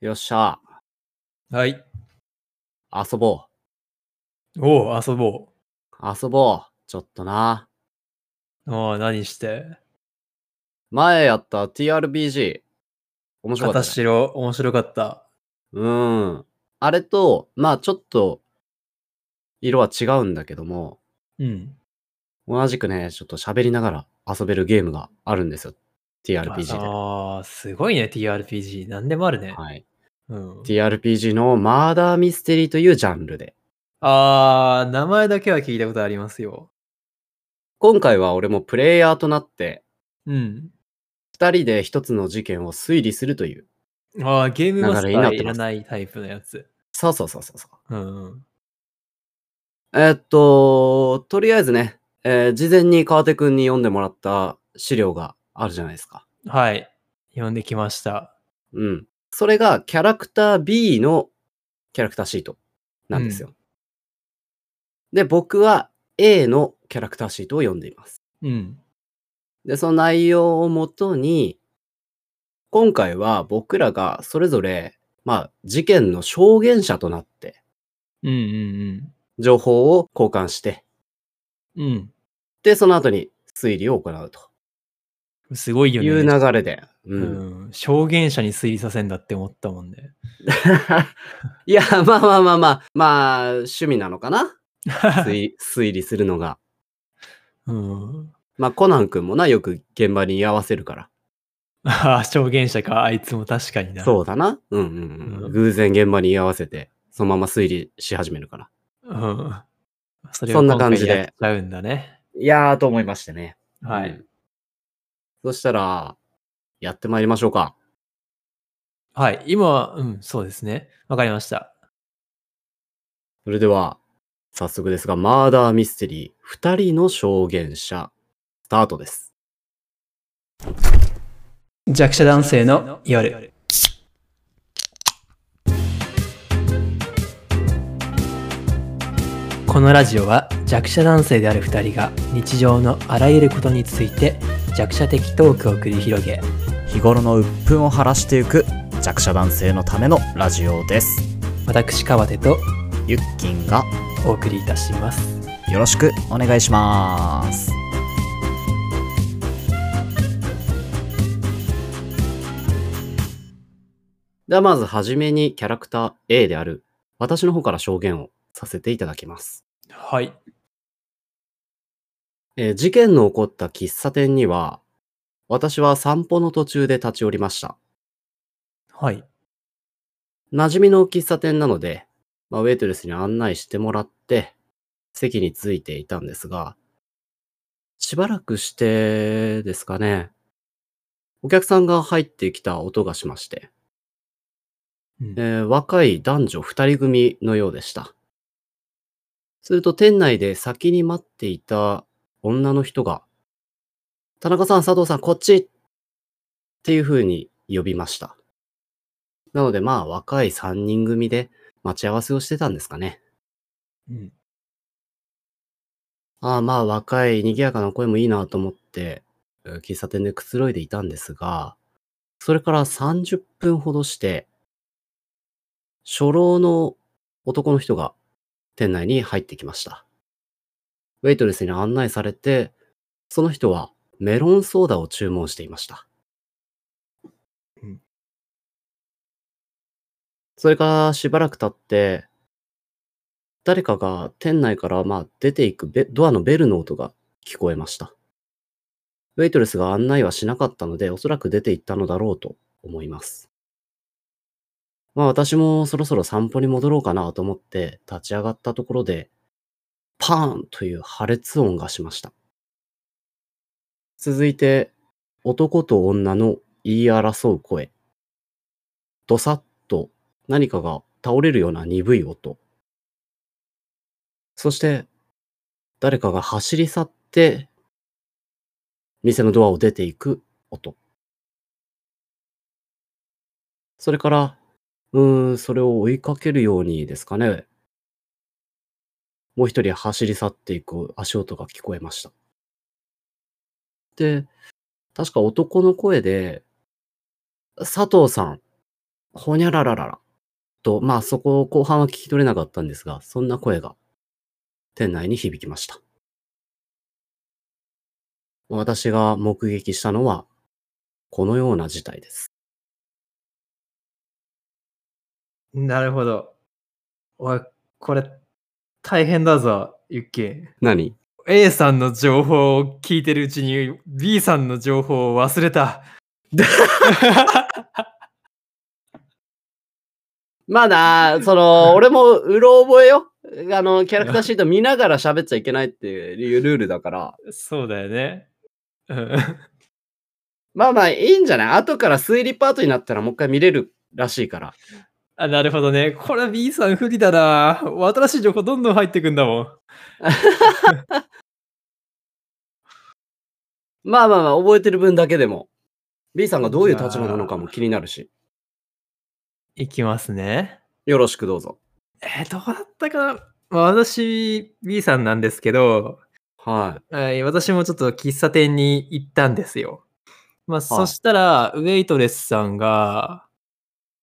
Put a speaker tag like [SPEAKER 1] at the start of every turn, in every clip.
[SPEAKER 1] よっしゃ、
[SPEAKER 2] はい。
[SPEAKER 1] 遊ぼ
[SPEAKER 2] おお、遊ぼ
[SPEAKER 1] う。遊ぼう。ちょっとな。
[SPEAKER 2] う。ああ、何して。
[SPEAKER 1] 前やった TRBG。面白かった、ね。
[SPEAKER 2] 形ろ、面白かった。
[SPEAKER 1] うん。あれと、まあちょっと、色は違うんだけども、
[SPEAKER 2] うん。
[SPEAKER 1] 同じくね、ちょっと喋りながら遊べるゲームがあるんですよ。TRPG で。
[SPEAKER 2] ああ、すごいね、TRPG。何でもあるね。
[SPEAKER 1] はい。
[SPEAKER 2] うん、
[SPEAKER 1] TRPG のマーダーミステリーというジャンルで。
[SPEAKER 2] ああ、名前だけは聞いたことありますよ。
[SPEAKER 1] 今回は俺もプレイヤーとなって、
[SPEAKER 2] うん。
[SPEAKER 1] 二人で一つの事件を推理するという。
[SPEAKER 2] ああ、ゲームマスタ
[SPEAKER 1] 流れになっ
[SPEAKER 2] ー
[SPEAKER 1] て
[SPEAKER 2] い
[SPEAKER 1] ま
[SPEAKER 2] ら
[SPEAKER 1] す
[SPEAKER 2] ないタイプのやつ。
[SPEAKER 1] そうそうそうそうそう。
[SPEAKER 2] うんうん。
[SPEAKER 1] えーっと、とりあえずね、えー事前に川手くんに読んでもらった資料があるじゃないですか。
[SPEAKER 2] はい。読んできました。
[SPEAKER 1] うん。それがキャラクター B のキャラクターシートなんですよ。で、僕は A のキャラクターシートを読んでいます。
[SPEAKER 2] うん。
[SPEAKER 1] で、その内容をもとに、今回は僕らがそれぞれ、まあ、事件の証言者となって、
[SPEAKER 2] うんうん
[SPEAKER 1] 情報を交換して、
[SPEAKER 2] うん。うん。
[SPEAKER 1] で、その後に推理を行うと
[SPEAKER 2] すごいよ
[SPEAKER 1] い
[SPEAKER 2] ね。
[SPEAKER 1] う流れで、う。
[SPEAKER 2] うんん。証言者に推理させんだって思ったもんね。
[SPEAKER 1] いや、まあまあまあまあ、まあ、趣味なのかな推推理するのが。
[SPEAKER 2] うん。
[SPEAKER 1] まあ、コナン君もな、よく現場に居合わせるから。
[SPEAKER 2] ああ、証言者か。あいつも確かにな。
[SPEAKER 1] そうだな。うんうん、う。
[SPEAKER 2] うんん
[SPEAKER 1] 偶然現場に居合わせて、そのまま推理し始めるから。
[SPEAKER 2] うん。そ
[SPEAKER 1] そんな感じで
[SPEAKER 2] れを今回やっちゃうんだね。
[SPEAKER 1] いやーと思いましてね。
[SPEAKER 2] は
[SPEAKER 1] う
[SPEAKER 2] い。
[SPEAKER 1] んそしたら、やってまいりましょうか。
[SPEAKER 2] はい。今は、うん、そうですね。わかりました。
[SPEAKER 1] それでは、早速ですが、マーダーミステリー、二人の証言者、スタートです。
[SPEAKER 2] 弱者男性の夜。このラジオは弱者男性である2人が日常のあらゆることについて弱者的トークを繰り広げ
[SPEAKER 1] 日頃の鬱憤を晴らしていく弱者男性のためのラジオです。
[SPEAKER 2] 私川手と
[SPEAKER 1] ゆっきんが
[SPEAKER 2] お送りいたします。
[SPEAKER 1] よろしくお願いします。ではまずはじめにキャラクター A である私の方から証言をさせていただきます。
[SPEAKER 2] はい。
[SPEAKER 1] えー事件の起こった喫茶店には私は散歩の途中で立ち寄りました。
[SPEAKER 2] はい。
[SPEAKER 1] 馴染みの喫茶店なので、まあ、ウェイトレスに案内してもらって、席に着いていたんですが、しばらくしてですかね、お客さんが入ってきた音がしまして、
[SPEAKER 2] うん
[SPEAKER 1] えー若い男女二人組のようでした。すると店内で先に待っていた女の人が、田中さん、佐藤さん、こっちっていう風に呼びました。なのでまあ若い3人組で待ち合わせをしてたんですかね。
[SPEAKER 2] うん
[SPEAKER 1] ああまあ若い賑やかな声もいいなと思って、えー喫茶店でくつろいでいたんですが、それから30分ほどして、初老の男の人が店内に入ってきました。ウェイトレスに案内されて、その人はメロンソーダを注文していました。
[SPEAKER 2] うん
[SPEAKER 1] それからしばらく経って、誰かが店内からまあ出ていくベドアのベルの音が聞こえました。ウェイトレスが案内はしなかったので、おそらく出て行ったのだろうと思います。まあ私もそろそろ散歩に戻ろうかなと思って立ち上がったところで、パーンという破裂音がしました。続いて、男と女の言い争う声。ドサッと何かが倒れるような鈍い音。そして、誰かが走り去って、店のドアを出ていく音。それから、うーん、それを追いかけるようにですかね。もう一人走り去っていく足音が聞こえました。で、確か男の声で、佐藤さん、ほにゃらららら。と、まあそこを後半は聞き取れなかったんですが、そんな声が店内に響きました。私が目撃したのは、このような事態です。
[SPEAKER 2] なるほど。おい、これ、大変だぞ、ユッキー。
[SPEAKER 1] 何
[SPEAKER 2] A さんの情報を聞いてるうちに B さんの情報を忘れた。
[SPEAKER 1] まあな、その、俺もうろ覚えよ。あの、キャラクターシート見ながら喋っちゃいけないっていうルールだから。
[SPEAKER 2] そうだよね。うん
[SPEAKER 1] まあまあいいんじゃない後から推理パートになったらもう一回見れるらしいから。
[SPEAKER 2] あなるほどね。これは B さん不利だな。新しい情報どんどん入ってくんだもん。
[SPEAKER 1] まあまあまあ、覚えてる分だけでも。B さんがどういう立場なのかも気になるし。
[SPEAKER 2] いきますね。
[SPEAKER 1] よろしくどうぞ。
[SPEAKER 2] えーどうだったかな、まあ私、B さんなんですけど、
[SPEAKER 1] はい。
[SPEAKER 2] はい私もちょっと喫茶店に行ったんですよ。まあ、そしたら、ウェイトレスさんが、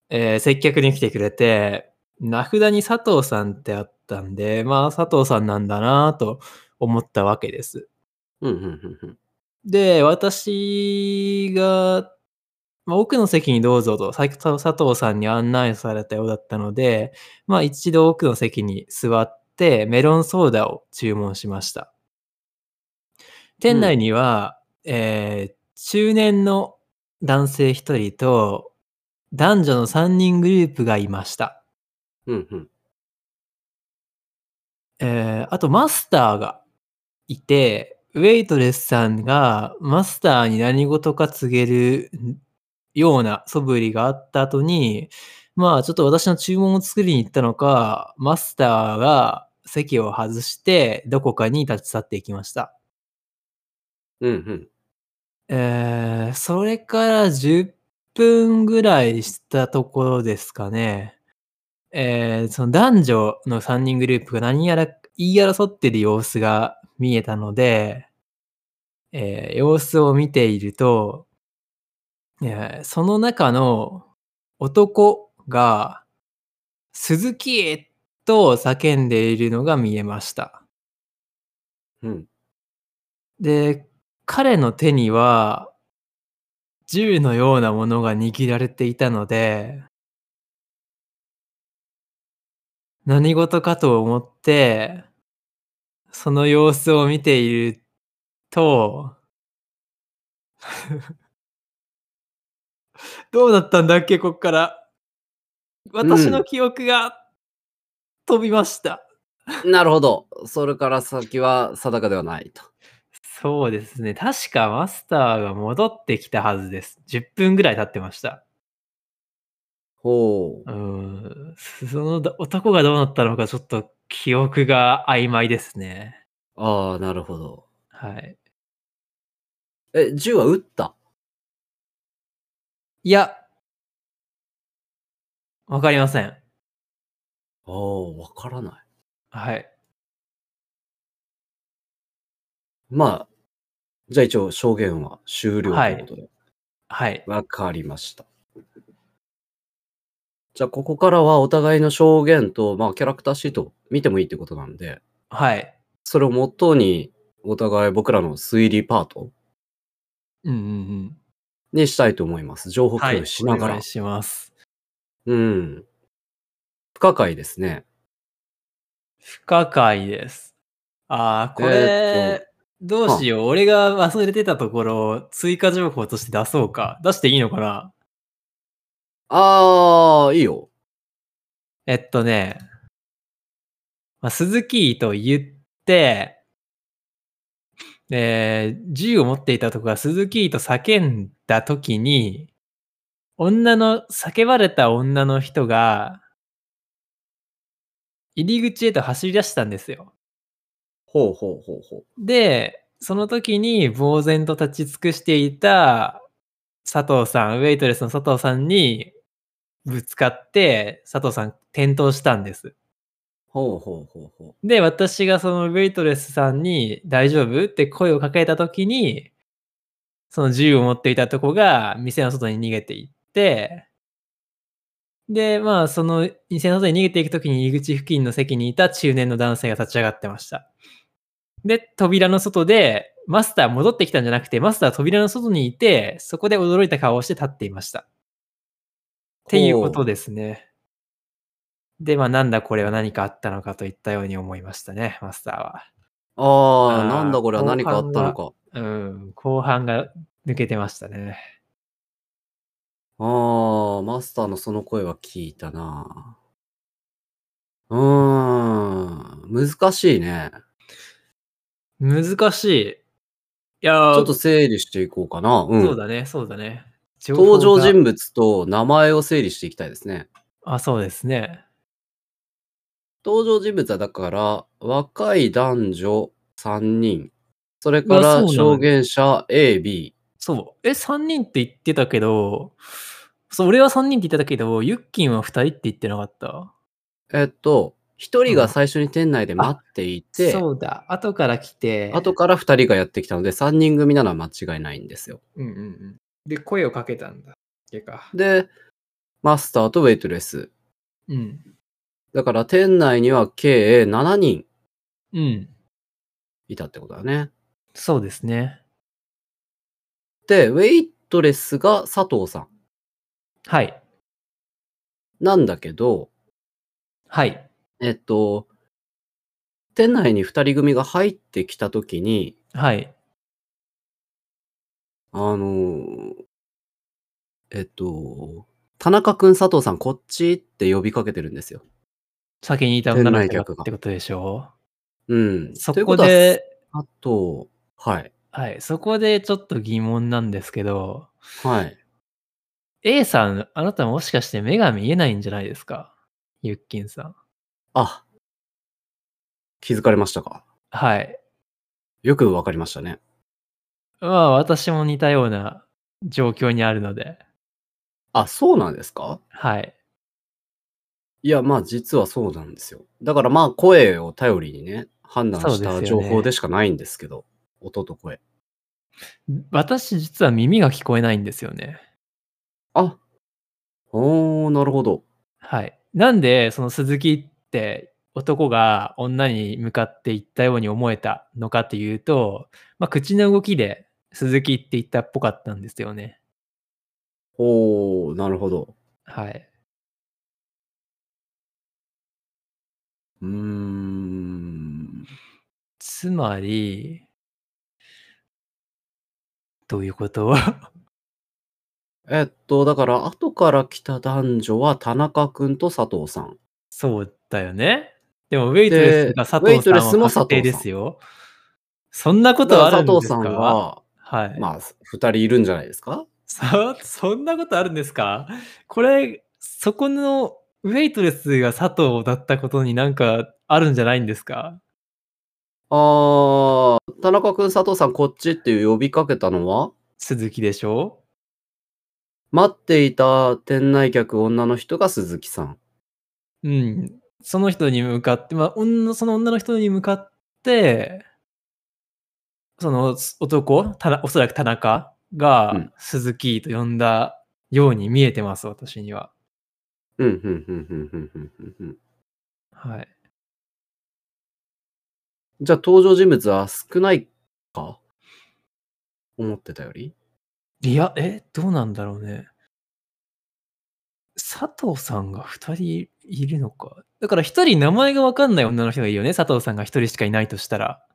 [SPEAKER 2] えー接客に来てくれて、名札に佐藤さんってあったんで、まあ、佐藤さんなんだなと思ったわけです。
[SPEAKER 1] うんうんうんうん。
[SPEAKER 2] で、私が、まあ、奥の席にどうぞと、さ佐藤さんに案内されたようだったので、まあ、一度奥の席に座って、メロンソーダを注文しました。店内には、えー中年の男性1人と、男女の3人グループがいました。
[SPEAKER 1] うんうん。
[SPEAKER 2] えーあと、マスターがいて、ウェイトレスさんがマスターに何事か告げるような素振りがあった後に、まあ、ちょっと私の注文を作りに行ったのか、マスターが席を外して、どこかに立ち去っていきました。
[SPEAKER 1] うんうん。
[SPEAKER 2] えーそれから10分ぐらいしたところですかね。えーその男女の3人グループが何やら言い争ってる様子が見えたので、えー様子を見ていると、えーその中の男が、鈴木と叫んでいるのが見えました。
[SPEAKER 1] うん。
[SPEAKER 2] で、彼の手には銃のようなものが握られていたので、何事かと思って、その様子を見ていると、 どうだったんだっけ、こっから。私の記憶が飛びました。
[SPEAKER 1] なるほど。それから先は定かではないと。
[SPEAKER 2] そうですね。確かマスターが戻ってきたはずです。10分ぐらい経ってました。
[SPEAKER 1] ほ
[SPEAKER 2] うーん。そのだ男がどうなったのかちょっと記憶が曖昧ですね。
[SPEAKER 1] う。ああ、なるほど。
[SPEAKER 2] はい。
[SPEAKER 1] え、銃は撃った
[SPEAKER 2] いや、わかりません。
[SPEAKER 1] ああ、わからない。
[SPEAKER 2] はい。
[SPEAKER 1] まあ、じゃあ一応証言は終了ということで。
[SPEAKER 2] はい。
[SPEAKER 1] わ、かりました。じゃあここからはお互いの証言と、まあキャラクターシート見てもいいってことなんで、
[SPEAKER 2] はい。
[SPEAKER 1] それをもとに、お互い僕らの推理パート
[SPEAKER 2] うんうんうん。
[SPEAKER 1] にしたいと思います。情報共
[SPEAKER 2] はい。
[SPEAKER 1] 有しなが
[SPEAKER 2] お
[SPEAKER 1] ら。
[SPEAKER 2] 願いします。
[SPEAKER 1] うん。不可解ですね。
[SPEAKER 2] 不可解です。ああ、これ、
[SPEAKER 1] えーっ
[SPEAKER 2] どうしよう。俺が忘れてたところを追加情報として出そうか。出していいのかな
[SPEAKER 1] ああ、いいよ。
[SPEAKER 2] えっとね、まあ、鈴木と言って、えー銃を持っていた男が鈴木と叫んだ時に、女の、叫ばれた女の人が、入り口へと走り出したんですよ。
[SPEAKER 1] ほうほうほうほう。
[SPEAKER 2] で、その時に呆然と立ち尽くしていた佐藤さん、ウェイトレスの佐藤さんにぶつかって、佐藤さん転倒したんです。
[SPEAKER 1] ほうほうほうほ
[SPEAKER 2] で、私がそのウェイトレスさんに大丈夫って声をかけた時に、その銃を持っていたとこが店の外に逃げていって、で、まあ、その店の外に逃げていくときに入り口付近の席にいた中年の男性が立ち上がってました。で、扉の外で、マスター戻ってきたんじゃなくて、マスターは扉の外にいて、そこで驚いた顔をして立っていました。っていうことですね。で、まあ、なんだこれは何かあったのかといったように思いましたね、マスターは。
[SPEAKER 1] ほうあ
[SPEAKER 2] あ
[SPEAKER 1] あ、
[SPEAKER 2] ー
[SPEAKER 1] なんだこれは何かあったのか。
[SPEAKER 2] うん、後半が抜けてましたね。
[SPEAKER 1] ああ、マスターのその声は聞いたな。うーん、難しいね。
[SPEAKER 2] 難しい。いや
[SPEAKER 1] ち
[SPEAKER 2] ー
[SPEAKER 1] ょっと整理していこうかな。うん。
[SPEAKER 2] そうだね、そうだね。
[SPEAKER 1] 登場
[SPEAKER 2] 物。
[SPEAKER 1] 人物と名前を整理していきたいですね。
[SPEAKER 2] あ、そうですね。
[SPEAKER 1] 登場人物はだから、若い男女3人、それか
[SPEAKER 2] うわそうな
[SPEAKER 1] ら
[SPEAKER 2] の
[SPEAKER 1] 証言者 A、B。
[SPEAKER 2] そう。え、3人って言ってたけど、そう、俺は3人って言ってたけど、ユッキンは2人って言ってなかった。
[SPEAKER 1] えっと、1人が最初に店内で待っていて、
[SPEAKER 2] そうだ。後から来て、
[SPEAKER 1] 後から2人がやってきたので、3人組なのは間違いないんですよ。
[SPEAKER 2] うんうんうん。で、声をかけたんだ。けか。
[SPEAKER 1] で、マスターとウェイトレス。
[SPEAKER 2] うん。
[SPEAKER 1] だから店内には計7人
[SPEAKER 2] うん。
[SPEAKER 1] いたってことだね。
[SPEAKER 2] そうですね。
[SPEAKER 1] で、ウェイトレスが佐藤さん
[SPEAKER 2] はい。
[SPEAKER 1] なんだけど、
[SPEAKER 2] はい。
[SPEAKER 1] えっと、店内に2人組が入ってきたときに、
[SPEAKER 2] はい。
[SPEAKER 1] あのーえっと、田中くん佐藤さんこっちって呼びかけてるんですよ。
[SPEAKER 2] 先にいた女の
[SPEAKER 1] 店内
[SPEAKER 2] 子が
[SPEAKER 1] 客が
[SPEAKER 2] ってことでしょ
[SPEAKER 1] うん。
[SPEAKER 2] そ
[SPEAKER 1] という
[SPEAKER 2] こと
[SPEAKER 1] は
[SPEAKER 2] で、
[SPEAKER 1] あと、はい。
[SPEAKER 2] はい。そこでちょっと疑問なんですけど、
[SPEAKER 1] はい。
[SPEAKER 2] A さん、あなたもしかして目が見えないんじゃないですかユッキンさん。
[SPEAKER 1] あ、気づかれましたか
[SPEAKER 2] はい。
[SPEAKER 1] よくわかりましたね。
[SPEAKER 2] まあ私も似たような状況にあるので、
[SPEAKER 1] あ、そうなんですか
[SPEAKER 2] はい。
[SPEAKER 1] いや、まあ実はそうなんですよ。だからまあ声を頼りにね、判断
[SPEAKER 2] そう
[SPEAKER 1] し
[SPEAKER 2] ですよ
[SPEAKER 1] た
[SPEAKER 2] ね
[SPEAKER 1] 情報でしかないんですけど、音と声。
[SPEAKER 2] 私実は耳が聞こえないんですよね。
[SPEAKER 1] あ、おー、なるほど。
[SPEAKER 2] はい。なんで、その鈴木って男が女に向かって行ったように思えたのかというと、まあ口の動きで鈴木って言ったっぽかったんですよね。
[SPEAKER 1] おー、なるほど。
[SPEAKER 2] はい。
[SPEAKER 1] うーん。
[SPEAKER 2] つまり、どういうこと
[SPEAKER 1] えっと、だから後から来た男女は田中くんと佐藤さん。
[SPEAKER 2] そうだよね。でも、ウェイトレスが佐
[SPEAKER 1] ウェイ
[SPEAKER 2] 藤
[SPEAKER 1] トレス
[SPEAKER 2] さん
[SPEAKER 1] も
[SPEAKER 2] は
[SPEAKER 1] 佐藤さん
[SPEAKER 2] 確定ですよ。そんなこ
[SPEAKER 1] だ
[SPEAKER 2] と
[SPEAKER 1] か
[SPEAKER 2] ある
[SPEAKER 1] ら
[SPEAKER 2] んで
[SPEAKER 1] 佐藤
[SPEAKER 2] す
[SPEAKER 1] さ
[SPEAKER 2] か
[SPEAKER 1] んは、
[SPEAKER 2] はい、
[SPEAKER 1] まあ、二人いるんじゃないですか
[SPEAKER 2] そ。 そんなことあるんですかこれ、そこのウェイトレスが佐藤だったことになんかあるんじゃないんですか
[SPEAKER 1] あー、田中くん、佐藤さんこっちっていう呼びかけたのは
[SPEAKER 2] 鈴木でしょ
[SPEAKER 1] 待っていた店内客女の人が鈴木さん。
[SPEAKER 2] うん。その人に向かって、まあ、女その女の人に向かって、その男、ただおそらく田中
[SPEAKER 1] う
[SPEAKER 2] が
[SPEAKER 1] ん
[SPEAKER 2] 鈴木と呼んだように見えてます、私には。
[SPEAKER 1] うん、うん、うん、うん、うん、うんうん、うん。
[SPEAKER 2] はい。
[SPEAKER 1] じゃあ登場人物は少ないか思ってたより
[SPEAKER 2] いや、え、どうなんだろうね。佐藤さんが2人いるのか。だから1人名前が分かんない女の人がいいよね。佐藤さんが1人しかいないとしたら。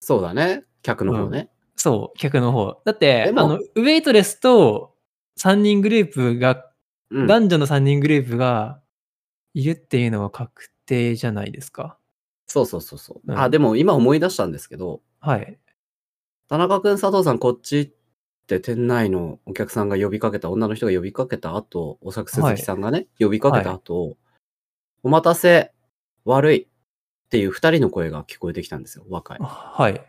[SPEAKER 1] そうだね。客の方ね。
[SPEAKER 2] そう、客の方。だっ
[SPEAKER 1] で
[SPEAKER 2] て、あ
[SPEAKER 1] も
[SPEAKER 2] の、ウェイトレスと3人グループが
[SPEAKER 1] うん。
[SPEAKER 2] 男女の3人グループがいるっていうのは確定じゃないですか。
[SPEAKER 1] そうそうそうそう。
[SPEAKER 2] うん
[SPEAKER 1] あ、でも今思い出したんですけど、
[SPEAKER 2] はい。
[SPEAKER 1] 田中くん、佐藤さんこっちって店内のお客さんが呼びかけた、女の人が呼びかけた後、おそらく鈴木さんがね、呼びかけた後、お待たせ、悪いっていう二人の声が聞こえてきたんですよ、若い。
[SPEAKER 2] はい。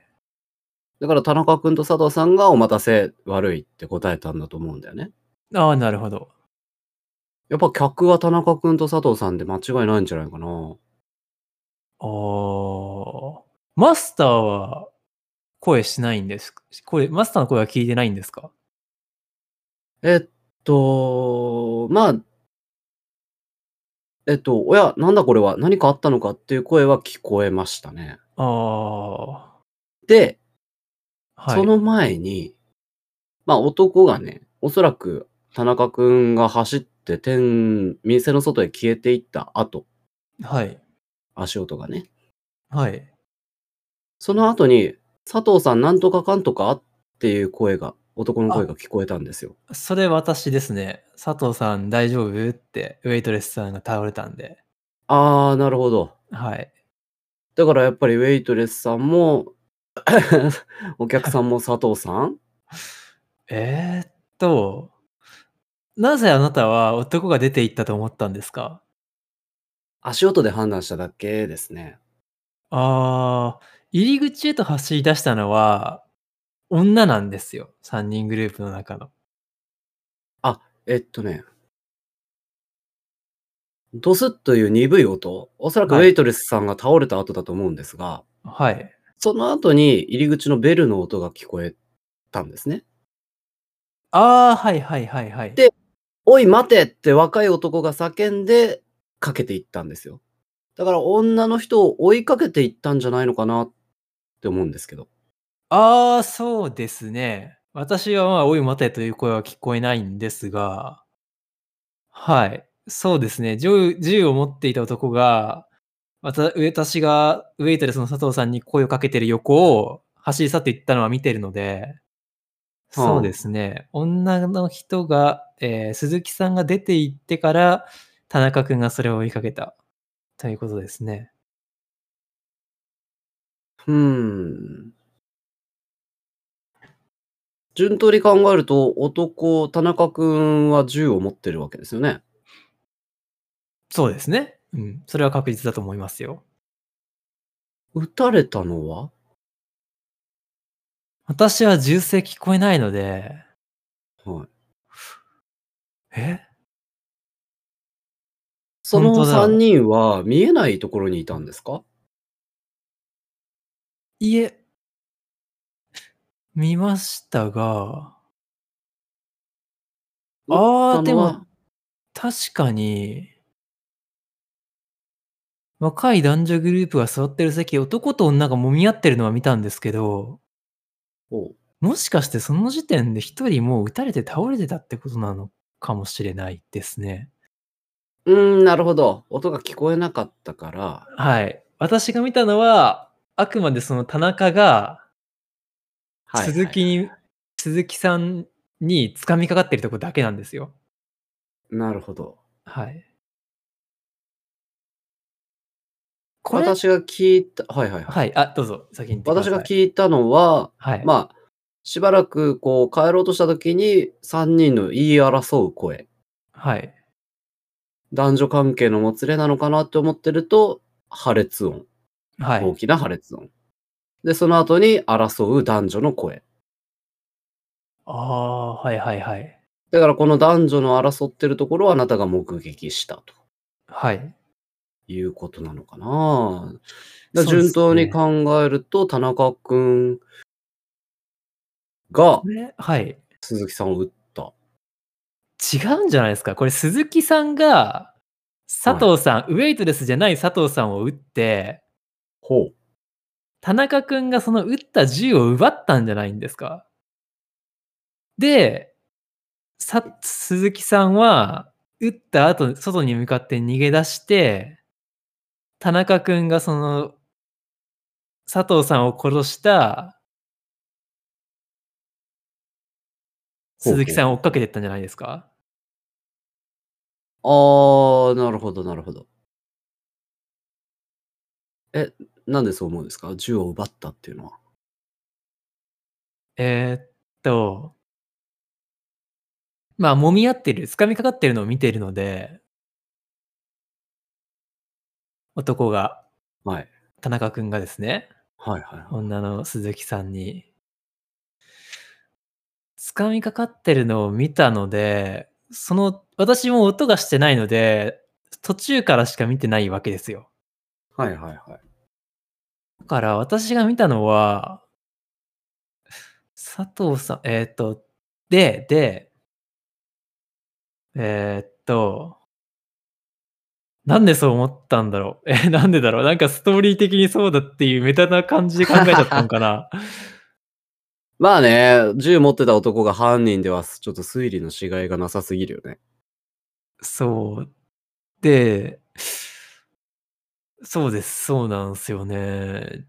[SPEAKER 1] だから田中くんと佐藤さんがお待たせ、悪いって答えたんだと思うんだよね。
[SPEAKER 2] ああ、なるほど。
[SPEAKER 1] やっぱ客は田中くんと佐藤さんで間違いないんじゃないかな。
[SPEAKER 2] ああ。マスターは声しないんです声、マスターの声は聞いてないんですか
[SPEAKER 1] えっと、まあ、えっと、おや、なんだこれは、何かあったのかっていう声は聞こえましたね。
[SPEAKER 2] ああ。は
[SPEAKER 1] で、
[SPEAKER 2] い。
[SPEAKER 1] その前に、まあ男がね、おそらく田中くんが走って店、店の外へ消えていった後、
[SPEAKER 2] はい。
[SPEAKER 1] 足音がね。
[SPEAKER 2] はい。
[SPEAKER 1] その後に、佐藤さんなんとかかんとかっていう声が、男の声が聞こえたんですよ。
[SPEAKER 2] それ私ですね。佐藤さん大丈夫って、ウェイトレスさんが倒れたんで。
[SPEAKER 1] あー、なるほど。
[SPEAKER 2] はい。
[SPEAKER 1] だからやっぱりウェイトレスさんも、 お客さんも佐藤さん
[SPEAKER 2] えー、っと、なぜあなたは男が出て行ったと思ったんですか
[SPEAKER 1] 足音で判断しただけですね。
[SPEAKER 2] ああ、入り口へと走り出したのは、女なんですよ。3人グループの中の。
[SPEAKER 1] えっとね、ドスッという鈍い音、おそらくウ
[SPEAKER 2] はい
[SPEAKER 1] ェイトレスさんが倒れた後だと思うんですが、
[SPEAKER 2] はい。
[SPEAKER 1] その後に入り口のベルの音が聞こえたんですね。
[SPEAKER 2] ああ、はいはいはいはい。
[SPEAKER 1] でおい待てって若い男が叫んでかけていったんですよ。だから女の人を追いかけていったんじゃないのかなって思うんですけど。
[SPEAKER 2] ああ、そうですね。私は、まあ、おい待てという声は聞こえないんですが、はい。そうですね。銃銃を持っていた男が、わた私がウェイトレスの佐藤さんに声をかけてる横を走り去っていったのは見てるので、
[SPEAKER 1] はあ
[SPEAKER 2] そうですね。女の人が、えー鈴木さんが出て行ってから、田中君がそれを追いかけたということですね。
[SPEAKER 1] うーん。順当に考えると、男、田中くんは銃を持ってるわけですよね。
[SPEAKER 2] そうですね。うん。それは確実だと思いますよ。
[SPEAKER 1] 撃たれたのは
[SPEAKER 2] 私は銃声聞こえないので、
[SPEAKER 1] はい。
[SPEAKER 2] え
[SPEAKER 1] その
[SPEAKER 2] 本当だ
[SPEAKER 1] 3人は見えないところにいたんですか
[SPEAKER 2] いえ、見ましたが、あ
[SPEAKER 1] 撃
[SPEAKER 2] ー、
[SPEAKER 1] った
[SPEAKER 2] で
[SPEAKER 1] のは
[SPEAKER 2] も、確かに、若い男女グループが座ってる席、男と女が揉み合ってるのは見たんですけど、
[SPEAKER 1] おう
[SPEAKER 2] もしかしてその時点で一人もう撃たれて倒れてたってことなのかもしれないですね。
[SPEAKER 1] うーん、なるほど。音が聞こえなかったから、
[SPEAKER 2] はい。私が見たのは、あくまでその田中が、
[SPEAKER 1] はい
[SPEAKER 2] 鈴木に、鈴木さんに掴みかかってるとこだけなんですよ。
[SPEAKER 1] なるほど。
[SPEAKER 2] はい。これ、
[SPEAKER 1] 私が聞いた、はいはいはい。
[SPEAKER 2] はい、あ、どうぞ、先に言って
[SPEAKER 1] 私
[SPEAKER 2] ください。
[SPEAKER 1] が聞いたのは、
[SPEAKER 2] はい。
[SPEAKER 1] まあ、しばらくこう帰ろうとした時に3人の言い争う声。
[SPEAKER 2] はい。
[SPEAKER 1] 男女関係のもつれなのかなって思ってると、破裂音。
[SPEAKER 2] は
[SPEAKER 1] 大
[SPEAKER 2] い。
[SPEAKER 1] きな破裂音。で、その後に争う男女の声。
[SPEAKER 2] ああ、はいはいはい。
[SPEAKER 1] だからこの男女の争ってるところをあなたが目撃したと
[SPEAKER 2] はい。
[SPEAKER 1] いうことなのかな。だ
[SPEAKER 2] そうですね
[SPEAKER 1] 順当に考えると、田中くんが
[SPEAKER 2] これ、はい。
[SPEAKER 1] 鈴木さんを撃った。
[SPEAKER 2] 違うんじゃないですか。これ、鈴木さんが、佐藤さん、ウェイトレスじゃない佐藤さんを撃って、
[SPEAKER 1] ほう。
[SPEAKER 2] 田中くんがその撃った銃を奪ったんじゃないんですかで、さ、鈴木さんは、撃った後、外に向かって逃げ出して、田中くんがその、佐藤さんを殺した、
[SPEAKER 1] ほうほう
[SPEAKER 2] 鈴木さんを追っかけてったんじゃないですか
[SPEAKER 1] あー、なるほど、なるほど。え、なんでそう思うんですか銃を奪ったっていうのは。
[SPEAKER 2] えーっと、まあ、揉み合ってる、掴みかかってるのを見てるので、男が、
[SPEAKER 1] はい。
[SPEAKER 2] 田中君がですね、
[SPEAKER 1] はいはいはい。
[SPEAKER 2] 女の鈴木さんに、掴みかかってるのを見たので、その、私も音がしてないので、途中からしか見てないわけですよ。
[SPEAKER 1] はいはいはい。
[SPEAKER 2] だから私が見たのは、佐藤さん、えーっ、と、で、で、えーっ、と、なんでそう思ったんだろう。え、なんでだろう。なんかストーリー的にそうだっていうメタな感じで考えちゃったのかな。
[SPEAKER 1] まあね、銃持ってた男が犯人ではちょっと推理のしがいがなさすぎるよね。
[SPEAKER 2] そう。で、そうです。そうなんですよね。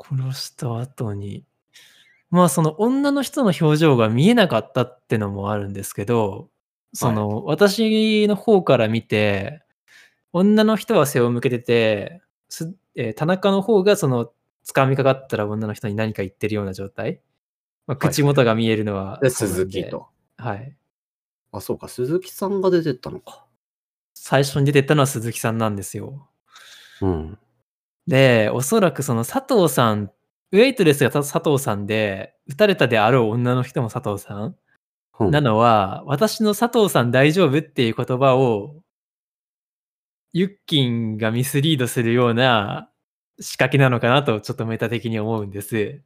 [SPEAKER 2] 殺した後に。まあその女の人の表情が見えなかったってのもあるんですけど、その、私の方から見て、女の人は背を向けてて、すえー田中の方がその掴みかかったら女の人に何か言ってるような状態。まあ、
[SPEAKER 1] はい
[SPEAKER 2] 口元が見えるのは
[SPEAKER 1] で、
[SPEAKER 2] そうなん
[SPEAKER 1] 鈴
[SPEAKER 2] で
[SPEAKER 1] 木。と。
[SPEAKER 2] はい。
[SPEAKER 1] あ、そうか、鈴木さんが出てったのか。
[SPEAKER 2] 最初に出てったのは鈴木さんなんですよ。
[SPEAKER 1] うん。
[SPEAKER 2] で、おそらくその佐藤さん、ウェイトレスが佐藤さんで、撃たれたであろう女の人も佐藤さん
[SPEAKER 1] うん
[SPEAKER 2] なのは、私の佐藤さん大丈夫っていう言葉を、ユッキンがミスリードするような仕掛けなのかなと、ちょっとメタ的に思うんです。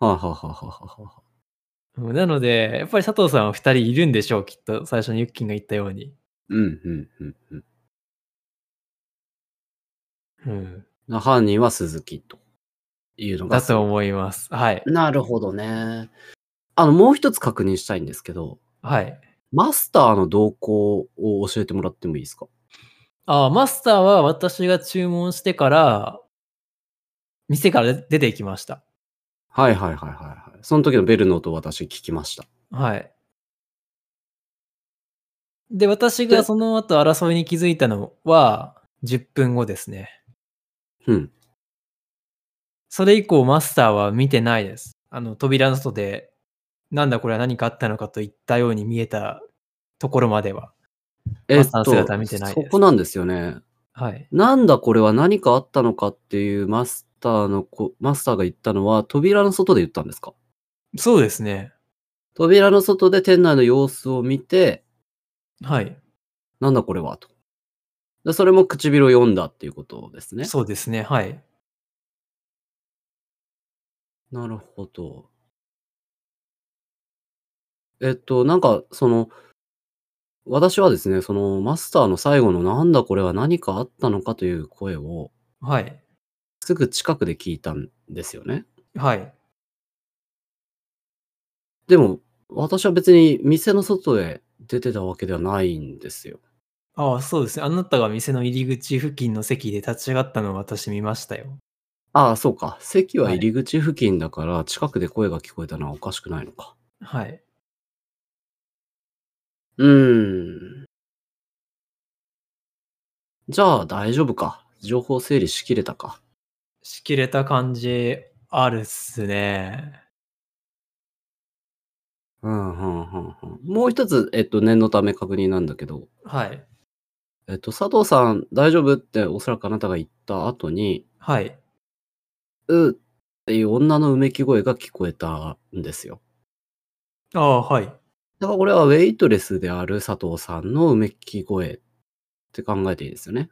[SPEAKER 1] はあ、はあはあはあはあはあ
[SPEAKER 2] うんなので、やっぱり佐藤さんは2人いるんでしょう、きっと、最初にユッキンが言ったように。
[SPEAKER 1] うん、うん、うん、うん
[SPEAKER 2] うん、
[SPEAKER 1] な。犯人は鈴木というのが。
[SPEAKER 2] だと思います。はい。
[SPEAKER 1] なるほどね。あの、もう一つ確認したいんですけど、
[SPEAKER 2] はい。
[SPEAKER 1] マスターの動向を教えてもらってもいいですか
[SPEAKER 2] ああ、マスターは私が注文してから、店から出出て行きました。
[SPEAKER 1] はいはいはいはいはい。その時のベルの音を私聞きました。
[SPEAKER 2] はい。で、私が
[SPEAKER 1] で
[SPEAKER 2] その後争いに気づいたのは、10分後ですね。
[SPEAKER 1] うん。
[SPEAKER 2] それ以降、マスターは見てないです。あの、扉の外で、なんだこれは何かあったのかと言ったように見えたところまでは。
[SPEAKER 1] え
[SPEAKER 2] マ
[SPEAKER 1] っ
[SPEAKER 2] スターの
[SPEAKER 1] と、
[SPEAKER 2] 姿は見てない
[SPEAKER 1] そ
[SPEAKER 2] です
[SPEAKER 1] こなんですよね。
[SPEAKER 2] はい。
[SPEAKER 1] なんだこれは何かあったのかっていうマスターのこ、マスターが言ったのは扉の外で言ったんですか
[SPEAKER 2] そうですね。
[SPEAKER 1] 扉の外で店内の様子を見て、
[SPEAKER 2] はい。
[SPEAKER 1] なんだこれはと。でそれも唇を読んだっていうことですね。
[SPEAKER 2] そうですね。はい。
[SPEAKER 1] なるほど。えっと、なんか、その、私はですね、そのマスターの最後のなんだこれは何かあったのかという声を
[SPEAKER 2] はい。
[SPEAKER 1] すぐ近くで聞いたんですよね。
[SPEAKER 2] はい。
[SPEAKER 1] でも、私は別に店の外へ出てたわけではないんですよ。
[SPEAKER 2] ああ、そうですね。あなたが店の入り口付近の席で立ち上がったのを私見ましたよ。
[SPEAKER 1] ああ、そうか。席は
[SPEAKER 2] はい
[SPEAKER 1] 入り口付近だから近くで声が聞こえたのはおかしくないのか。
[SPEAKER 2] はい。
[SPEAKER 1] うーん。じゃあ大丈夫か。情報整理しきれたか。
[SPEAKER 2] しきれた感じあるっすね。
[SPEAKER 1] うんうんうんうんもう一つ、えっと、念のため確認なんだけど、
[SPEAKER 2] はい。
[SPEAKER 1] えっと、佐藤さん大丈夫っておそらくあなたが言った後に、
[SPEAKER 2] はい。
[SPEAKER 1] うっていう女のうめき声が聞こえたんですよ。
[SPEAKER 2] ああ、はい。
[SPEAKER 1] だからこれはウェイトレスである佐藤さんのうめき声って考えていいですよね。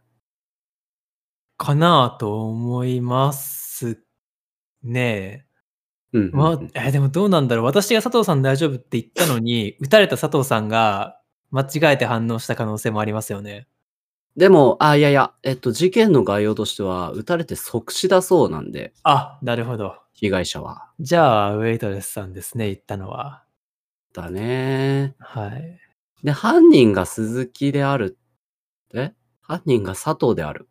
[SPEAKER 2] かなあと思いますね。
[SPEAKER 1] うんうんうん、
[SPEAKER 2] まあ、えーでもどうなんだろう。私が佐藤さん大丈夫って言ったのに、撃たれた佐藤さんが間違えて反応した可能性もありますよね。
[SPEAKER 1] でも、あ、いやいや、えっと、事件の概要としては、撃たれて即死だそうなんで、
[SPEAKER 2] あ、なるほど。
[SPEAKER 1] 被害者は。
[SPEAKER 2] じゃあ、ウェイトレスさんですね、言ったのは。
[SPEAKER 1] だね。
[SPEAKER 2] はい。
[SPEAKER 1] で、犯人が鈴木である。え犯人が佐藤である。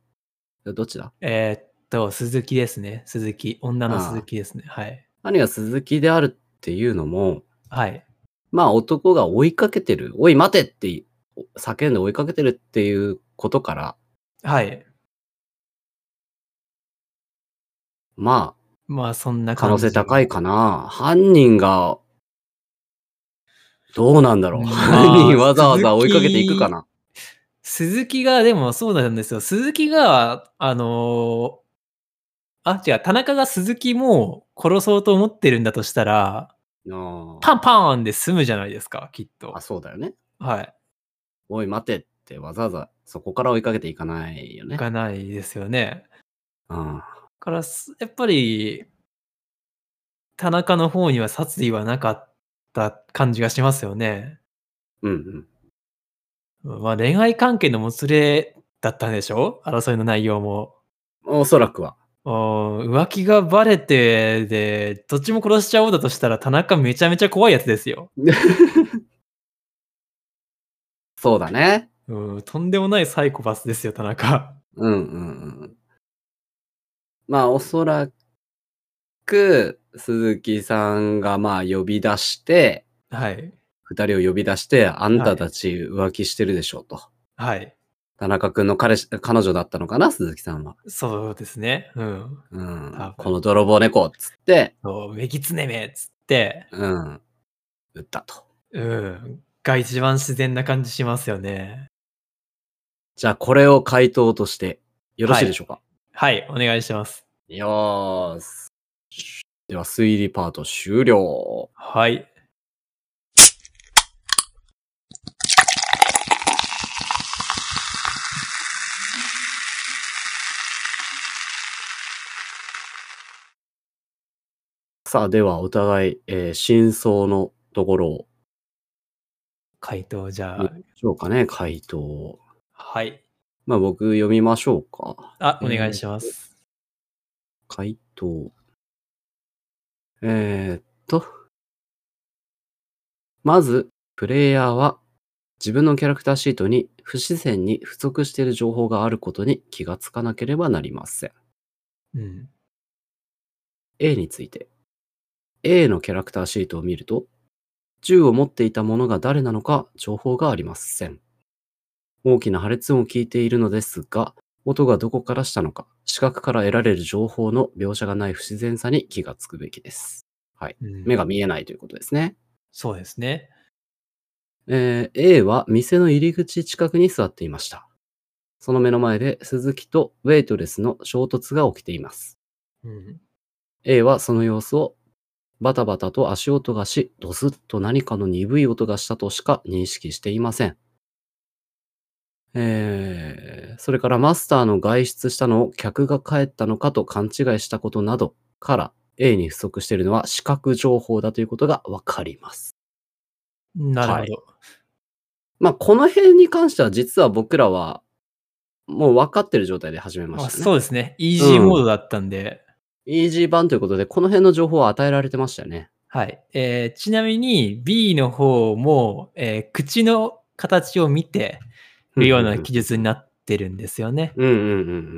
[SPEAKER 1] どっちだ
[SPEAKER 2] えーっと、鈴木ですね。鈴木。女の鈴木ですね。はい。
[SPEAKER 1] 犯人が鈴木であるっていうのも、
[SPEAKER 2] はい。
[SPEAKER 1] まあ男が追いかけてる。おい待てって叫んで追いかけてるっていうことから、
[SPEAKER 2] はい。
[SPEAKER 1] ま
[SPEAKER 2] まあ、そんな
[SPEAKER 1] あ可能性高
[SPEAKER 2] い
[SPEAKER 1] いかな。犯人が、どうなんだろう。
[SPEAKER 2] まあ
[SPEAKER 1] 犯人わざわざ追いかけていくかな。
[SPEAKER 2] 鈴木が、でもそうなんですよ。鈴木が、あのーあ、違う、田中が鈴木も殺そうと思ってるんだとしたら、
[SPEAKER 1] ああ
[SPEAKER 2] パンパンで済むじゃないですか、きっと
[SPEAKER 1] あ、。そうだよね。
[SPEAKER 2] はい。
[SPEAKER 1] おい待てってわざわざそこから追いかけていかないよね。
[SPEAKER 2] がないですよね。
[SPEAKER 1] うん、
[SPEAKER 2] から、すやっぱり、田中の方には殺意はなかった感じがしますよね。
[SPEAKER 1] うんうん。
[SPEAKER 2] まあ、恋愛関係のもつれだったんでしょ争いの内容も。
[SPEAKER 1] おそらくは。
[SPEAKER 2] おー浮気がバレて、で、どっちも殺しちゃおうだとしたら、田中めちゃめちゃ怖いやつですよ。
[SPEAKER 1] そうだね。
[SPEAKER 2] うん、とんでもないサイコパスですよ、田中。
[SPEAKER 1] うんうんうん。まあ、おそらく、鈴木さんがまあ呼び出して、
[SPEAKER 2] はい。
[SPEAKER 1] 二人を呼び出して、あんたたち浮気してるでしょうと。
[SPEAKER 2] はい。
[SPEAKER 1] 田中君の彼氏、彼女だったのかな、鈴木さんは。
[SPEAKER 2] そうですね。うん。
[SPEAKER 1] う
[SPEAKER 2] 多分
[SPEAKER 1] ん。この泥棒猫っつって、
[SPEAKER 2] そう、めぎつねめっつって、
[SPEAKER 1] うん。撃ったと。
[SPEAKER 2] うん。が一番自然な感じしますよね。
[SPEAKER 1] じゃあ、これを回答として、よろしいでしょうか。
[SPEAKER 2] はい、お願いします。
[SPEAKER 1] よーす。では、推理パート終了。
[SPEAKER 2] はい。
[SPEAKER 1] さあ、では、お互い、えー真相のところを、
[SPEAKER 2] 回答じゃあ、
[SPEAKER 1] 見ましょうかね、回答を。
[SPEAKER 2] はい。
[SPEAKER 1] まあ、僕読みましょうか。
[SPEAKER 2] あ、お願いします。
[SPEAKER 1] 回答。えーっと。まず、プレイヤーは自分のキャラクターシートに不自然に不足している情報があることに気がつかなければなりません。
[SPEAKER 2] うん。
[SPEAKER 1] A について。A のキャラクターシートを見ると、銃を持っていた者が誰なのか情報がありません。大きな破裂音を聞いているのですが、音がどこからしたのか、視覚から得られる情報の描写がない不自然さに気がつくべきです。
[SPEAKER 2] うん
[SPEAKER 1] 目が見えないということですね。
[SPEAKER 2] そうですね。
[SPEAKER 1] えー A は店の入り口近くに座っていました。その目の前で鈴木とウェイトレスの衝突が起きています。
[SPEAKER 2] うん。
[SPEAKER 1] A はその様子をバタバタと足音がし、ドスッと何かの鈍い音がしたとしか認識していません。えー、それからマスターの外出したのを客が帰ったのかと勘違いしたことなどから A に不足しているのは視覚情報だということがわかります。
[SPEAKER 2] なるほど。
[SPEAKER 1] まあ、この辺に関しては実は僕らはもう分かってる状態で始めま
[SPEAKER 2] あ
[SPEAKER 1] したね。
[SPEAKER 2] そうですね。イージーモードだったんで。
[SPEAKER 1] イージー版ということで、この辺の情報は与えられてましたよね。
[SPEAKER 2] はい。えーちなみに B の方も、えー口の形を見てるような記述になってるんですよね。
[SPEAKER 1] うんうんう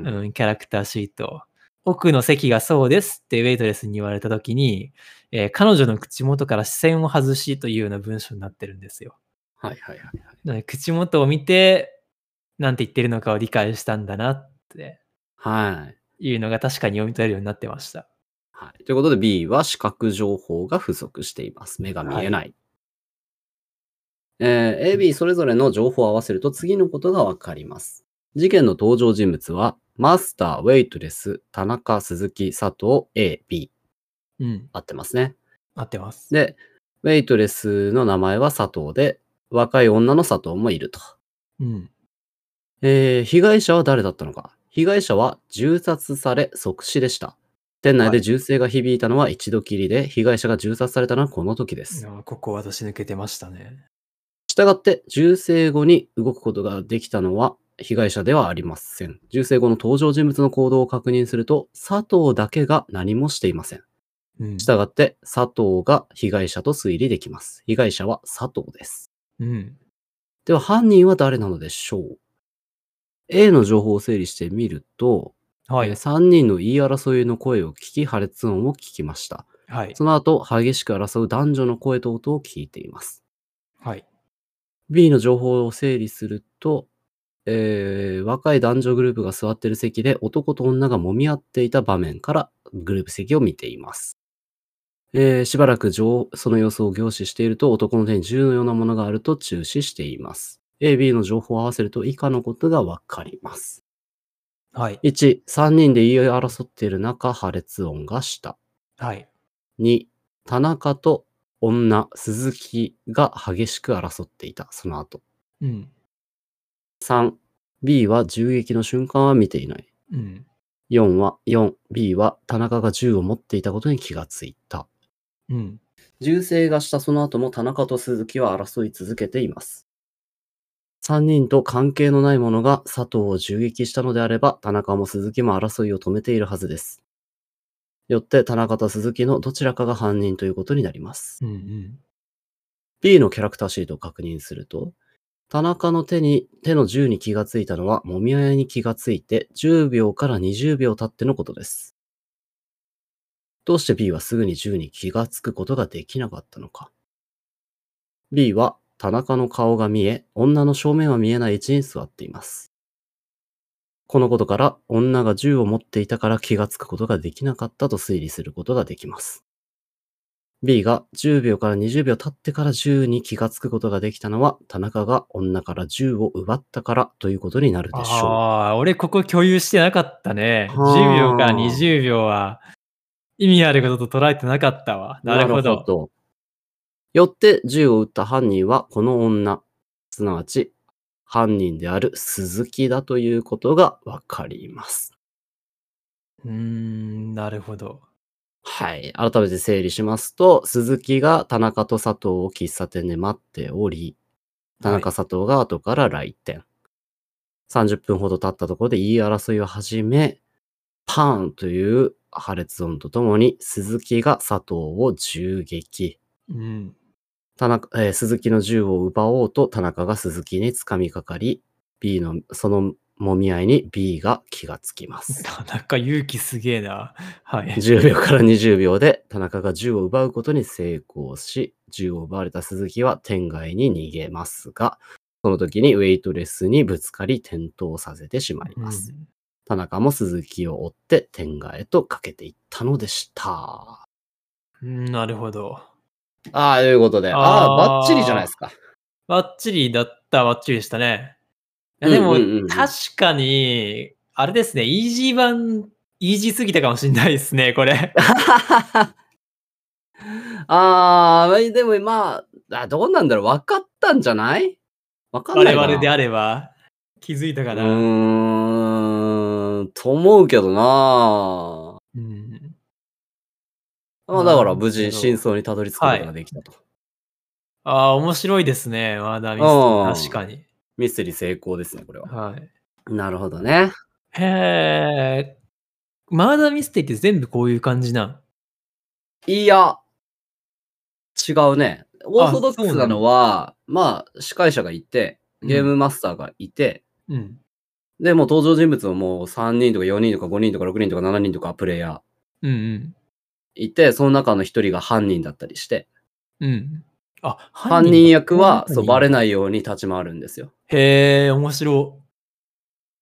[SPEAKER 1] んうん。
[SPEAKER 2] うん、キャラクターシート。奥の席がそうですってウェイトレスに言われたときに、えー彼女の口元から視線を外しというような文章になってるんですよ。
[SPEAKER 1] はいはいはい。
[SPEAKER 2] なので口元を見て、なんて言ってるのかを理解したんだなって
[SPEAKER 1] はい。
[SPEAKER 2] いうのが確かに読み取れるようになってました。
[SPEAKER 1] はい、ということで B は視覚情報が不足しています。目が見えない。えー A、B それぞれの情報を合わせると次のことがわかります。事件の登場人物は、マスター、ウェイトレス、田中、鈴木、佐藤、A、B。
[SPEAKER 2] うん、
[SPEAKER 1] 合ってますね。
[SPEAKER 2] 合ってます。
[SPEAKER 1] で、ウェイトレスの名前は佐藤で、若い女の佐藤もいると。
[SPEAKER 2] うん、
[SPEAKER 1] えー被害者は誰だったのか被害者は銃殺され即死でした。店内
[SPEAKER 2] は
[SPEAKER 1] で
[SPEAKER 2] い
[SPEAKER 1] 銃声が響いたのは一度きりで、被害者が銃殺されたのはこの時です。
[SPEAKER 2] あここ私抜けてましたね。
[SPEAKER 1] 従って、銃声後に動くことができたのは被害者ではありません。銃声後の登場人物の行動を確認すると、佐藤だけが何もしていません。
[SPEAKER 2] うん、
[SPEAKER 1] 従って、佐藤が被害者と推理できます。被害者は佐藤です。
[SPEAKER 2] うん、
[SPEAKER 1] では犯人は誰なのでしょう ?A の情報を整理してみると、
[SPEAKER 2] は
[SPEAKER 1] えー
[SPEAKER 2] い、
[SPEAKER 1] 3人の言い争いの声を聞き、破裂音を聞きました。
[SPEAKER 2] はい、
[SPEAKER 1] その後、激しく争う男女の声と音を聞いています。
[SPEAKER 2] はい、
[SPEAKER 1] B の情報を整理すると、えー若い男女グループが座っている席で男と女が揉み合っていた場面からグループ席を見ています。えーしばらく情その様子を凝視していると男の手に銃のようなものがあると注視しています。A、B の情報を合わせると以下のことがわかります。
[SPEAKER 2] はい、
[SPEAKER 1] 1、3人で言い争っている中、破裂音がした。
[SPEAKER 2] はい、
[SPEAKER 1] 2、田中と女、鈴木が激しく争っていた、その後。
[SPEAKER 2] うん、
[SPEAKER 1] 3、B は銃撃の瞬間は見ていない。
[SPEAKER 2] うん、
[SPEAKER 1] 4は、4、B は田中が銃を持っていたことに気がついた。
[SPEAKER 2] うん、
[SPEAKER 1] 銃声がしたその後も田中と鈴木は争い続けています。 3人と関係のない者が佐藤を銃撃したのであれば、田中も鈴木も争いを止めているはずです。よって、田中と鈴木のどちらかが犯人ということになります。
[SPEAKER 2] うんうん。
[SPEAKER 1] B のキャラクターシートを確認すると、田中の手に、手の銃に気がついたのは、もみあやに気がついて、10秒から20秒経ってのことです。どうして B はすぐに銃に気がつくことができなかったのか。B は、田中の顔が見え、女の正面は見えない位置に座っています。このことから、女が銃を持っていたから気がつくことができなかったと推理することができます。B が10秒から20秒経ってから銃に気がつくことができたのは、田中が女から銃を奪ったからということになるでしょ
[SPEAKER 2] ああ、俺ここ共有してなかったね。
[SPEAKER 1] はあ
[SPEAKER 2] 10秒から20秒は意味あることと捉えてなかったわ。
[SPEAKER 1] う。
[SPEAKER 2] なるほど。
[SPEAKER 1] ど。よって、銃を撃った犯人はこの女、すなわち犯人である鈴木だということがわかります。
[SPEAKER 2] うーん、なるほど。
[SPEAKER 1] はい。改めて整理しますと、鈴木が田中と佐藤を喫茶店で待っており、田中
[SPEAKER 2] はい
[SPEAKER 1] 佐藤が後から来店。30分ほど経ったところで言い争いを始め、パーンという破裂音とともに、鈴木が佐藤を銃撃。
[SPEAKER 2] うん。
[SPEAKER 1] 田中えー鈴木の銃を奪おうと田中が鈴木に掴みかかり、B の、その揉み合いに B が気がつき ます。
[SPEAKER 2] 田中勇気すげえな。はい。
[SPEAKER 1] 10秒から20秒で田中が銃を奪うことに成功し、銃を奪われた鈴木は店外に逃げますが、その時にウェイトレスにぶつかり転倒させてしまいます。
[SPEAKER 2] うん
[SPEAKER 1] 田中も鈴木を追って店外へと駆けていったのでした。
[SPEAKER 2] うん、なるほど。
[SPEAKER 1] ああ、ということで、ああ、
[SPEAKER 2] あー
[SPEAKER 1] バッチリじゃないですか。
[SPEAKER 2] バッチリだった、バッチリでしたね。いや
[SPEAKER 1] うん
[SPEAKER 2] でも、
[SPEAKER 1] うんうんうん
[SPEAKER 2] 確かに、あれですね、イージー版、イージーすぎたかもしれないですね、これ。
[SPEAKER 1] ああ、でもまあ、あどうなんだろう。分かったんじゃない分かんな
[SPEAKER 2] 我
[SPEAKER 1] いかな。
[SPEAKER 2] 々であれば、気づいたか
[SPEAKER 1] う
[SPEAKER 2] な。
[SPEAKER 1] ーん、と思うけどな
[SPEAKER 2] うん、
[SPEAKER 1] まあだから
[SPEAKER 2] なるほど
[SPEAKER 1] 無事真相にたどり着くことができたと。
[SPEAKER 2] ああ、面白いですね、マーダーミ
[SPEAKER 1] うん
[SPEAKER 2] ステリー。確かに。
[SPEAKER 1] ミステリー成功ですね、これは。
[SPEAKER 2] はい、
[SPEAKER 1] なるほどね。
[SPEAKER 2] へえ、マーダーミステリーって全部こういう感じなん。
[SPEAKER 1] いや、違うね。オーソドックスなのは、まあ司会者がいて、ゲームマスターがいて、
[SPEAKER 2] うん。
[SPEAKER 1] で、もう登場人物ももう3人とか4人とか5人とか6人とか7人とかプレイヤー
[SPEAKER 2] うんうん。
[SPEAKER 1] いて、その中の1人が犯人だったりして、
[SPEAKER 2] うん。あ、
[SPEAKER 1] 犯人役はそうバレ
[SPEAKER 2] い。
[SPEAKER 1] ないように立ち回るんですよ。
[SPEAKER 2] へえ、面白い。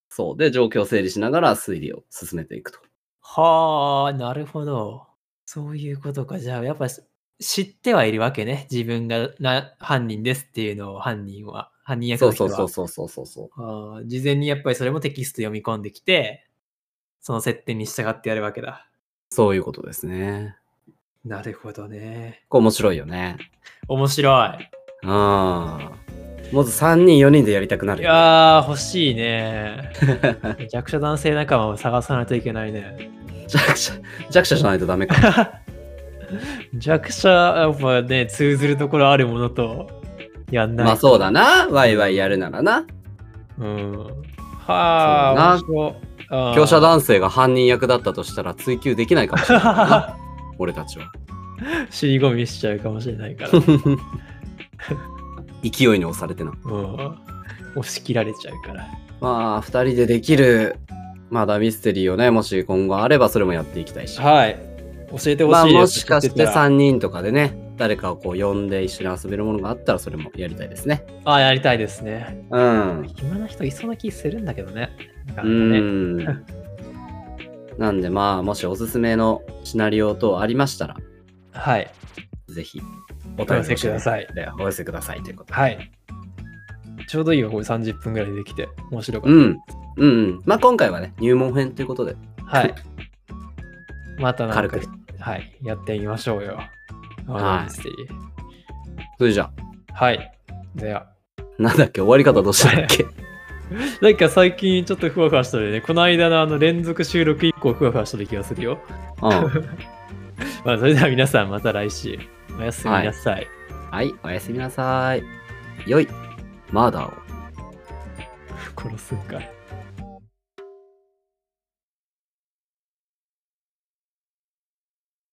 [SPEAKER 1] そう。で、状況を整理しながら推理を進めていくと。
[SPEAKER 2] はあ、なるほど。そういうことか。じゃあ、やっぱし知ってはいるわけね。自分がな犯人ですっていうのを犯人は、犯人役
[SPEAKER 1] そ
[SPEAKER 2] の
[SPEAKER 1] う
[SPEAKER 2] 人
[SPEAKER 1] そう
[SPEAKER 2] は。
[SPEAKER 1] そうそうそうそうそう。
[SPEAKER 2] あー事前にやっぱりそれもテキスト読み込んできて、その設定に従ってやるわけだ。
[SPEAKER 1] そういうことですね。
[SPEAKER 2] なるほどね。
[SPEAKER 1] これ面白いよね。
[SPEAKER 2] 面白い。
[SPEAKER 1] ああ。まず3人4人でやりたくなる
[SPEAKER 2] い
[SPEAKER 1] よね、
[SPEAKER 2] やー、欲し いね。弱者男性仲間を探さないといけないね。
[SPEAKER 1] 弱者、弱者じゃないとダメ か。
[SPEAKER 2] 弱者、やっぱね、通ずるところあるものと、やんない。
[SPEAKER 1] まあそうだな。ワイワイやるならな。
[SPEAKER 2] うん。はあ、面白い。
[SPEAKER 1] 強者男性が犯人役だったとしたら追求できないかもしれないからな。
[SPEAKER 2] だ。
[SPEAKER 1] 俺た ちは。
[SPEAKER 2] 尻込みしちゃうかもしれないから。
[SPEAKER 1] 勢いに押されてな。
[SPEAKER 2] うん。押し切られちゃうから。
[SPEAKER 1] まあ2人でできる、まだミステリーをね、もし今後あればそれもやっていきたいし。
[SPEAKER 2] はい。教えてほしいです。
[SPEAKER 1] まあもしかして
[SPEAKER 2] さ
[SPEAKER 1] 3人とかでね、誰かをこう呼んで一緒に遊べるものがあったらそれもやりたいですね。
[SPEAKER 2] あ、やりたいですね。
[SPEAKER 1] うん。
[SPEAKER 2] 暇な人いそうな気するんだけどね。なかなか
[SPEAKER 1] う
[SPEAKER 2] ね
[SPEAKER 1] ーん。なんでまあ、もしおすすめのシナリオ等ありましたら、
[SPEAKER 2] はい。
[SPEAKER 1] ぜひ
[SPEAKER 2] お
[SPEAKER 1] 便
[SPEAKER 2] 寄
[SPEAKER 1] り
[SPEAKER 2] せください。
[SPEAKER 1] でお寄せくださいということで。
[SPEAKER 2] はい。ちょうどいいよ、これ30分ぐらいできて。面白か
[SPEAKER 1] う
[SPEAKER 2] っ
[SPEAKER 1] ん。うんうん。まあ今回はね、入門編ということで、
[SPEAKER 2] た。はい。またなん
[SPEAKER 1] 軽
[SPEAKER 2] か
[SPEAKER 1] く、。
[SPEAKER 2] はい。やってみましょうよ。
[SPEAKER 1] はい
[SPEAKER 2] ミステリー
[SPEAKER 1] それじゃ
[SPEAKER 2] はい。では。
[SPEAKER 1] あ、なんだっけ、終わり方どうしたっけ
[SPEAKER 2] なんか最近ちょっとふわふわしてるね。この間のあの連続収録以降ふわふわしてる気がするよ。
[SPEAKER 1] うん。
[SPEAKER 2] まあそれでは皆さんまた来週。おやすみなさい。
[SPEAKER 1] はい、おやすみなさい。よい、マーダーを。
[SPEAKER 2] 殺すんかい。